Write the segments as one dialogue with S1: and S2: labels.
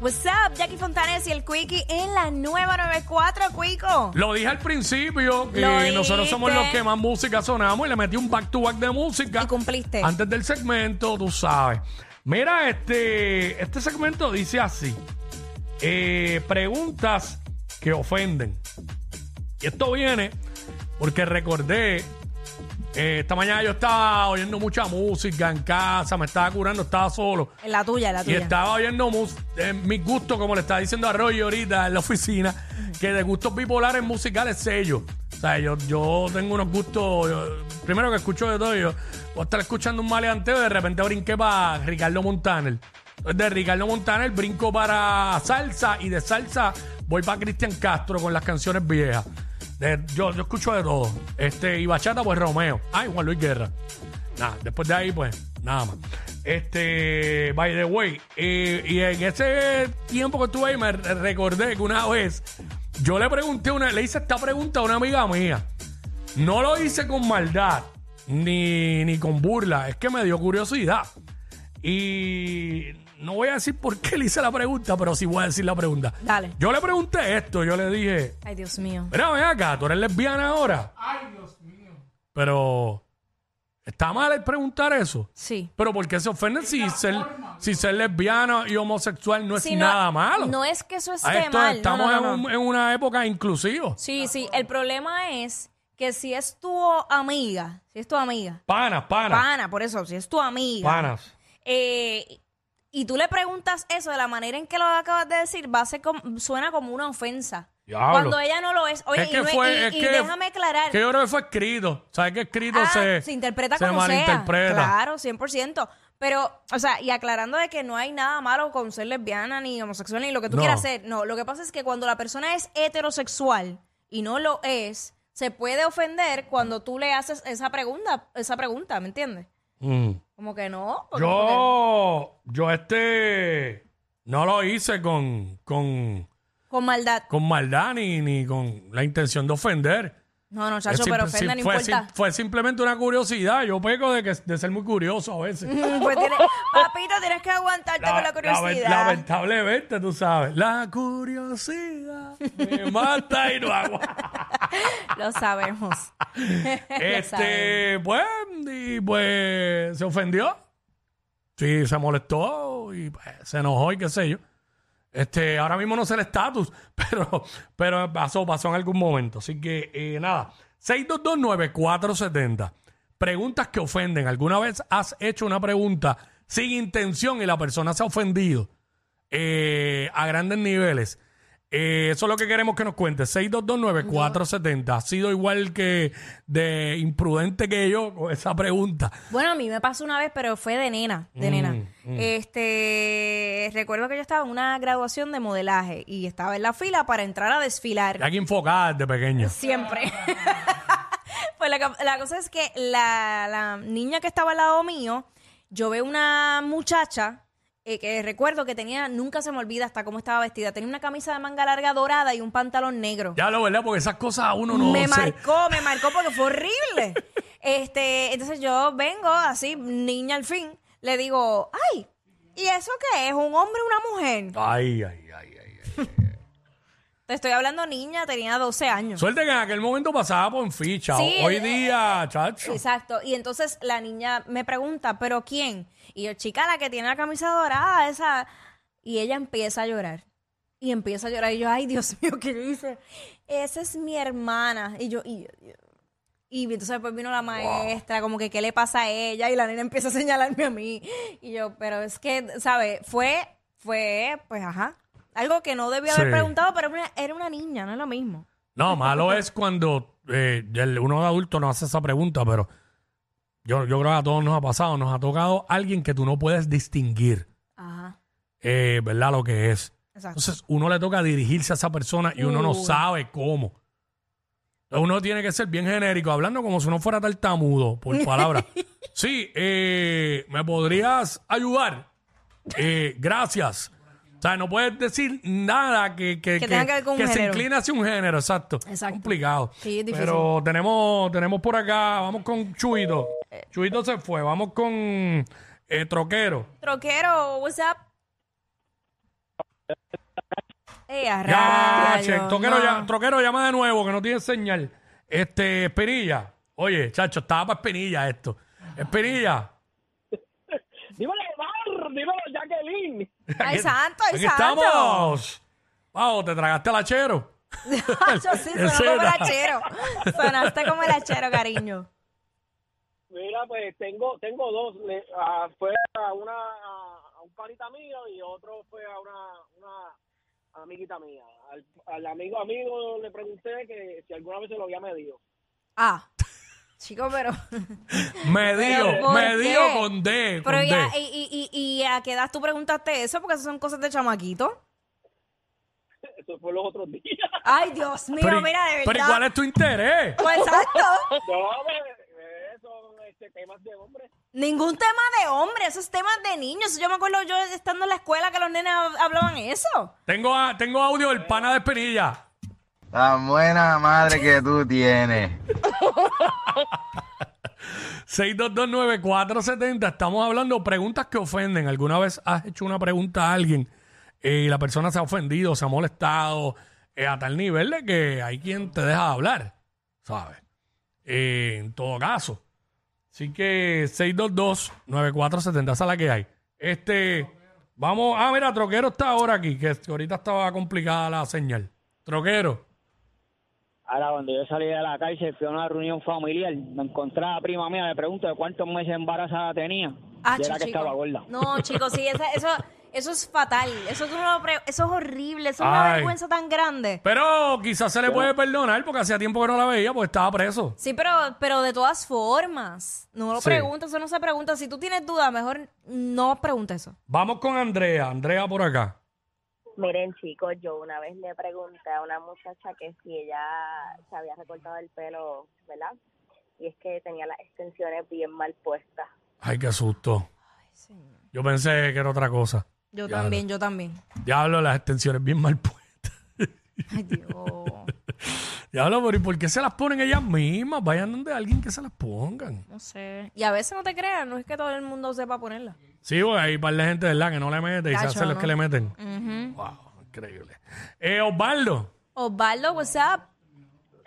S1: What's up, Jackie Fontanes y el Quickie en la nueva 94, Quico.
S2: Lo dije al principio que
S1: Lo
S2: nosotros somos
S1: dijiste.
S2: los que más música sonamos y le metí un back to back de música.
S1: Y cumpliste.
S2: Antes del segmento, tú sabes. Mira, este, este segmento dice así: eh, preguntas que ofenden. Y esto viene porque recordé. eh, esta mañana yo estaba oyendo mucha música en casa, me estaba curando, estaba solo.
S1: En la tuya, en la
S2: Y
S1: tuya.
S2: estaba oyendo mus- eh, mis gustos, como le estaba diciendo a Roy ahorita en la oficina, que de gustos bipolares musicales sé yo. O sea, yo, yo tengo unos gustos. yo- primero que escucho de todo, yo voy a estar escuchando un maleanteo y de repente brinqué para Ricardo Montaner. Entonces, de Ricardo Montaner brinco para salsa y de salsa voy para Cristian Castro con las canciones viejas. De- yo, yo escucho de todo. Este, y bachata, pues Romeo. Ay, Juan Luis Guerra. Nada, después de ahí, pues, nada más. Este, by the way, eh, y en ese tiempo que estuve ahí, me re- recordé que una vez yo le pregunté, una, le hice esta pregunta a una amiga mía. No lo hice con maldad, ni, ni con burla, es que me dio curiosidad. Y no voy a decir por qué le hice la pregunta, pero sí voy a decir la pregunta.
S1: Dale.
S2: Yo le pregunté esto, yo le dije,
S1: Ay, Dios mío.
S2: Mira, ven acá, tú eres lesbiana ahora. Ay, Dios mío. Pero está mal el preguntar eso.
S1: Sí.
S2: Pero ¿por qué se ofenden si ser, si ser lesbiana y homosexual no es
S1: Si no-
S2: nada malo?
S1: No es que eso esté
S2: A esto
S1: mal. no,
S2: Estamos
S1: no, no, no.
S2: en, un- en una época inclusiva.
S1: Sí, sí. El problema es que si es tu amiga, si es tu amiga,
S2: Panas, panas.
S1: pana, por eso, si es tu amiga,
S2: Panas.
S1: eh, y tú le preguntas eso de la manera en que lo acabas de decir, va a ser como- suena como una ofensa.
S2: Diablo.
S1: Cuando ella no lo es. Oye,
S2: Es
S1: y, no- y-
S2: es
S1: y déjame aclarar.
S2: Que yo creo que fue escrito. ¿Sabes que escrito
S1: Ah,
S2: se,
S1: se interpreta
S2: se
S1: como
S2: malinterpreta?
S1: sea. Claro, 100%. Pero, o sea, y aclarando de que no hay nada malo con ser lesbiana ni homosexual ni lo que tú
S2: No.
S1: quieras ser. No, lo que pasa es que cuando la persona es heterosexual y no lo es, se puede ofender cuando tú le haces esa pregunta, esa pregunta, ¿me entiendes?
S2: Mm.
S1: Como que no. pues porque-
S2: Yo, yo este, no lo hice con, con,
S1: porque- con maldad.
S2: con maldad ni, ni con la intención de ofender.
S1: No, no, chacho,
S2: Es
S1: pero
S2: simple-
S1: ofende,
S2: sim-
S1: no
S2: fue,
S1: importa.
S2: sim- fue simplemente una curiosidad. Yo peco de, que, de ser muy curioso a veces.
S1: Mm, pues tiene- papito, tienes que aguantarte con la curiosidad.
S2: la- lamentablemente, tú sabes. La curiosidad me mata y no hago.
S1: lo sabemos. sabemos.
S2: este, pues, y pues, se ofendió. Sí, se molestó y pues, se enojó y qué sé yo. Este, ahora mismo no sé el estatus, pero, pero pasó, pasó en algún momento. Así que, eh, nada. 6229470. Preguntas que ofenden. ¿Alguna vez has hecho una pregunta sin intención y la persona se ha ofendido? eh, a grandes niveles. Eh, eso es lo que queremos que nos cuente. 6229470. Ha sido igual que de imprudente que yo con esa pregunta.
S1: Bueno, a mí me pasó una vez, pero fue de nena, de nena. Este, recuerdo que yo estaba en una graduación de modelaje y estaba en la fila para entrar a desfilar.
S2: Hay que enfocar de pequeño.
S1: Siempre. pues la, co- la cosa es que la, la niña que estaba al lado mío, yo veo una muchacha eh, que recuerdo que tenía, nunca se me olvida hasta cómo estaba vestida, tenía una camisa de manga larga dorada y un pantalón negro.
S2: Ya lo verdad, porque esas cosas a uno no
S1: me
S2: se-
S1: marcó, me marcó porque fue horrible. este, entonces yo vengo así, niña al fin, le digo, ay, ¿y eso qué es? ¿Un hombre o una mujer?
S2: Ay, ay, ay, ay. ay.
S1: Te estoy hablando niña, tenía 12 años.
S2: Suerte que en aquel momento pasaba por ficha.
S1: Sí,
S2: Hoy
S1: eh,
S2: día, chacho.
S1: Exacto. Y entonces la niña me pregunta, ¿pero quién? Y yo, chica, la que tiene la camisa dorada, esa. Y ella empieza a llorar. Y empieza a llorar. Y yo, ay, Dios mío, ¿qué yo hice? Esa es mi hermana. Y yo, y, y- y entonces después vino la maestra, como que, ¿qué le pasa a ella? Y la nena empieza a señalarme a mí. Y yo, pero es que, ¿sabes? Fue, fue, pues, ajá. Algo que no debía haber
S2: Sí.
S1: preguntado, pero era una- era una niña, no es lo mismo.
S2: No, malo es cuando eh, el- uno de adulto no hace esa pregunta, pero yo, yo creo que a todos nos ha pasado. Nos ha tocado alguien que tú no puedes distinguir,
S1: Ajá.
S2: eh, ¿verdad? Lo que es.
S1: Exacto.
S2: Entonces uno le toca dirigirse a esa persona y uno no
S1: Uh.
S2: sabe cómo. Uno tiene que ser bien genérico, hablando como si uno fuera tartamudo, por palabra. sí, eh, me podrías ayudar. Eh, gracias. O sea, no puedes decir nada que, que,
S1: Que tenga que ver con un
S2: se
S1: género.
S2: incline hacia un género, exacto.
S1: Exacto.
S2: Complicado.
S1: Sí, es difícil.
S2: Pero tenemos, tenemos por acá, vamos con Chuito.
S1: Eh.
S2: Chuito se fue, vamos con eh, Troquero.
S1: Troquero, what's up? Ey, Eh, a
S2: Ya,
S1: rayos,
S2: che, troquero,
S1: no.
S2: ya- troquero, llama de nuevo, que no tiene señal. Este, Espinilla. Oye, chacho, estaba para Espinilla esto. Espinilla.
S3: Dímelo, Mar, dímelo, Jacqueline.
S1: Ay,
S2: Aquí-
S1: santo, ay,
S2: aquí
S1: santo.
S2: estamos. Wow, te tragaste al achero.
S1: Yo sí, sonó
S2: Ese
S1: como el
S2: era.
S1: hachero. Sonaste como el hachero, cariño.
S3: Mira, pues tengo tengo dos. Le- ah, fue a una a, a un panita mío y otro fue a una, una amiguita mía. Al, al amigo amigo le pregunté que si alguna vez se lo había medido.
S1: Ah, chico, pero...
S2: Me
S1: Pero,
S2: dio,
S1: ¿por
S2: me
S1: qué?
S2: dio con D. con
S1: Pero ya,
S2: D.
S1: y, y, y, y a qué edad tú preguntaste eso? Porque eso son cosas de chamaquito.
S3: Eso fue los otros días.
S1: Ay, Dios mío,
S2: Pero, y-
S1: mira, de verdad.
S2: pero ¿y cuál es tu interés?
S1: Pues exacto.
S3: No, pues, son este, temas de hombres.
S1: Ningún tema de hombre, esos temas de niños. Yo me acuerdo yo estando en la escuela que los nenes hab- hablaban eso.
S2: Tengo, a- tengo audio del pana de Espinilla.
S4: Tan buena madre que tú tienes.
S2: 6229470. Estamos hablando preguntas que ofenden. ¿Alguna vez has hecho una pregunta a alguien eh, y la persona se ha ofendido, se ha molestado eh, a tal nivel de que hay quien te deja de hablar? ¿Sabes? Eh, en todo caso. Así que 6229470, esa es la que hay. Este, vamos, ah, mira, Troquero está ahora aquí, que ahorita estaba complicada la señal. Troquero.
S5: Ahora, cuando yo salí de la cárcel, fui a una reunión familiar. Me encontré a la prima mía, le pregunto de cuántos meses embarazada tenía.
S1: Ah,
S5: y
S1: chico,
S5: era que
S1: chico.
S5: estaba gorda.
S1: No, chicos, sí, esa- eso, eso es fatal. Eso, tú no lo pre- eso es horrible, eso es
S2: Ay.
S1: una vergüenza tan grande.
S2: Pero quizás se le puede perdonar porque hacía tiempo que no la veía, pues estaba preso.
S1: Sí, pero, pero de todas formas, no lo
S2: Sí.
S1: preguntas, eso no se pregunta. Si tú tienes duda, mejor no preguntes eso.
S2: Vamos con Andrea, Andrea por acá.
S6: Miren, chicos, yo una vez le pregunté a una muchacha que si ella se había recortado el pelo, ¿verdad? Y es que tenía las extensiones bien mal puestas.
S2: Ay, qué susto. Yo pensé que era otra cosa.
S1: Yo
S2: Diablo.
S1: también, yo también.
S2: Diablo, las extensiones bien mal puestas.
S1: Ay, Dios.
S2: Diablo, pero ¿y por qué se las ponen ellas mismas? Vayan donde alguien que se las pongan.
S1: No sé. Y a veces no te crean, no es que todo el mundo sepa ponerla.
S2: Sí, güey, hay un par de gente, ¿verdad? Que no le mete y se
S1: Cacho,
S2: hacen los
S1: ¿no?
S2: que le meten.
S1: Ujú.
S2: Wow, increíble. Eh, Osvaldo.
S1: Osvaldo, WhatsApp.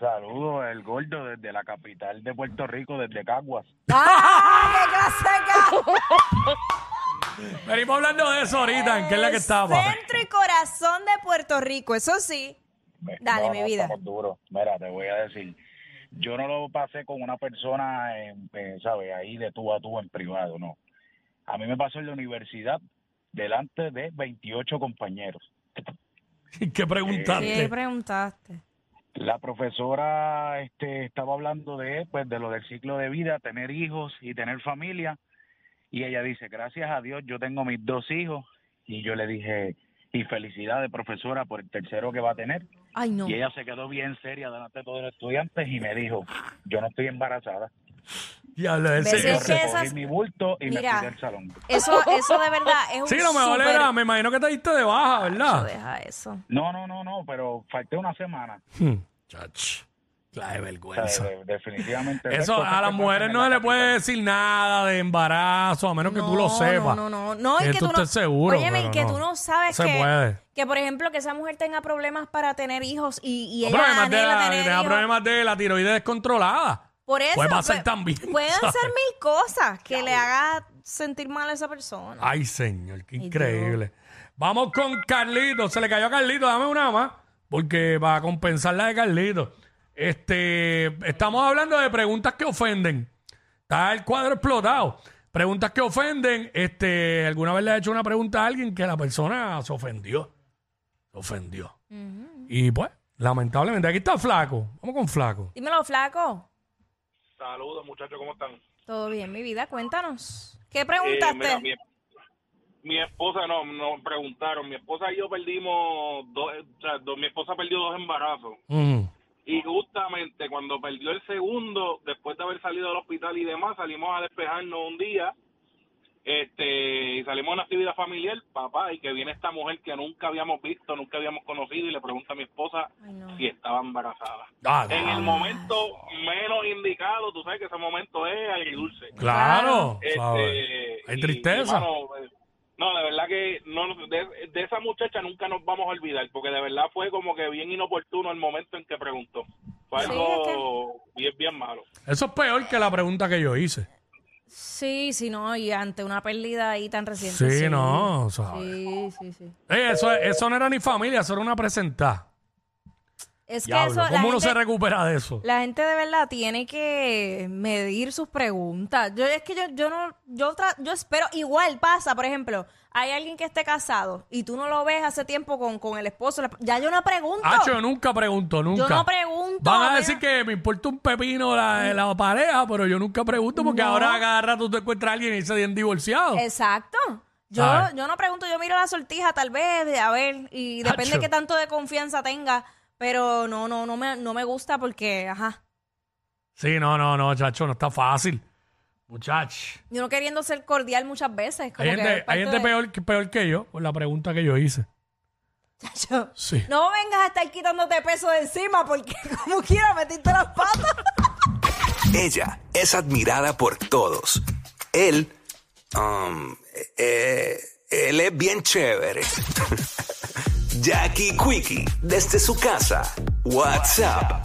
S7: Saludos, el gordo desde la capital de Puerto Rico, desde Caguas.
S1: ¡Ah, qué clase de
S2: Venimos hablando de eso ahorita, en qué es la que estaba.
S1: Centro y corazón de Puerto Rico, eso sí. Dale, mi vida.
S7: estamos duros. Mira, te voy a decir, yo no lo pasé con una persona, en, eh, ¿sabes? Ahí de tú a tú en privado, no. A mí me pasó en la universidad delante de 28 compañeros.
S2: ¿Qué preguntaste?
S1: ¿Qué preguntaste?
S7: La profesora este, estaba hablando de, pues, de lo del ciclo de vida, tener hijos y tener familia. Y ella dice, gracias a Dios, yo tengo mis dos hijos. Y yo le dije, y felicidades, profesora, por el tercero que va a tener.
S1: Ay, no.
S7: Y ella se quedó bien seria delante de todos los estudiantes y me dijo, yo no estoy embarazada.
S2: Diablo, ese.
S1: Ves,
S7: Yo
S1: es que
S7: recogí
S1: esas-
S7: mi bulto y
S1: Mira.
S7: me fui del salón.
S1: Eso, eso de verdad es un
S2: Sí, lo mejor
S1: súper-
S2: era, me imagino que te diste de baja,
S1: Chacho,
S2: ¿verdad?
S1: Deja eso.
S7: No, no, no, no, pero falté una semana.
S1: eh.
S2: Hmm, Chach. La de
S7: O sea,
S2: vergüenza.
S7: de- definitivamente. no es
S2: Eso
S7: cosa
S2: a
S7: que
S2: las
S7: pasen
S2: mujeres
S7: en
S2: no
S7: la
S2: se le
S7: capital.
S2: puede decir nada de embarazo, a menos que tú lo sepas.
S1: No, no, no. no y
S2: Que
S1: que,
S2: tú
S1: tú, no,
S2: estés seguro,
S1: Óyeme, y
S2: pero
S1: que
S2: no.
S1: tú no sabes
S2: Se
S1: que,
S2: puede.
S1: que, por ejemplo, que esa mujer tenga problemas para tener hijos y, y
S2: O
S1: ella
S2: problemas de
S1: anhela
S2: la,
S1: tener
S2: tenga
S1: hijos.
S2: problemas de la tiroides descontrolada.
S1: Por eso.
S2: Puede pasar
S1: pues,
S2: también,
S1: Pueden
S2: ¿sabes?
S1: ser mil cosas que le haga sentir mal a esa persona.
S2: Ay, señor, qué
S1: Dios.
S2: increíble. Vamos con Carlito. Se le cayó a Carlito. Dame una más. Porque va a compensar la de Carlito. Este, estamos hablando de preguntas que ofenden. Está el cuadro explotado. Preguntas que ofenden. Este, alguna vez le ha hecho una pregunta a alguien que la persona se ofendió. Se ofendió. Y pues, lamentablemente, aquí está Flaco. Vamos con Flaco.
S1: Dímelo, flaco.
S8: Saludos, muchachos, ¿cómo están?
S1: Todo bien, mi vida, cuéntanos. ¿Qué
S8: Eh,
S1: preguntaste?
S8: mira, mi, mi esposa, no, no preguntaron. Mi esposa y yo perdimos dos, o sea, dos- mi esposa perdió dos embarazos.
S2: Mm.
S8: Y justamente cuando perdió el segundo, después de haber salido del hospital y demás, salimos a despejarnos un día. Este, y salimos a una actividad familiar, papá, y que viene esta mujer que nunca habíamos visto, nunca habíamos conocido, y le pregunta a mi esposa
S1: Ay, no.
S8: si estaba embarazada.
S2: Ah,
S8: En el
S2: ah,
S8: momento menos indicado, tú sabes que ese momento es agridulce.
S2: Claro.
S8: Este,
S2: ¿sabes? Hay
S8: y-
S2: tristeza.
S8: y, mano, eh, No, de verdad que no, no, de, de esa muchacha nunca nos vamos a olvidar, porque de verdad fue como que bien inoportuno el momento en que preguntó. Fue
S1: Sí,
S8: algo bien, bien malo.
S2: Eso es peor que la pregunta que yo hice.
S1: Sí, sí, no, y ante una pérdida ahí tan reciente.
S2: Sí, no, ¿sabes?
S1: Sí, sí, sí.
S2: Ey, eso, eso no era ni familia, eso era una presentada.
S1: Es que
S2: Diablo,
S1: eso, la
S2: ¿cómo uno
S1: gente,
S2: se recupera de eso?
S1: la gente de verdad tiene que medir sus preguntas. Yo es que yo, yo no, yo tra- yo espero, igual pasa, por ejemplo, hay alguien que esté casado y tú no lo ves hace tiempo con, con el esposo, la- ya yo no pregunto.
S2: Hacho, yo nunca pregunto, nunca.
S1: no pregunto,
S2: Van a
S1: mira.
S2: decir que me importa un pepino la, la pareja, pero yo nunca pregunto porque
S1: No.
S2: ahora cada rato te encuentras a alguien y se bien divorciado.
S1: Exacto. Yo,
S2: Ah.
S1: yo no pregunto, yo miro la sortija tal vez, a ver, y depende
S2: Acho.
S1: qué tanto de confianza tenga, pero no, no, no me, no me gusta porque, ajá,
S2: Sí, no, no, no, chacho, no está fácil. Muchach.
S1: yo no queriendo ser cordial muchas veces. Como
S2: Hay
S1: que
S2: gente,
S1: parte
S2: hay gente
S1: de-
S2: peor, que, peor que yo por la pregunta que yo hice.
S1: Chacho,
S2: Sí.
S1: No vengas a estar quitándote peso de encima porque como quiera metiste las patas.
S9: Ella es admirada por todos. Él, um, eh, él es bien chévere. Jackie Quickie, desde su casa. What's up?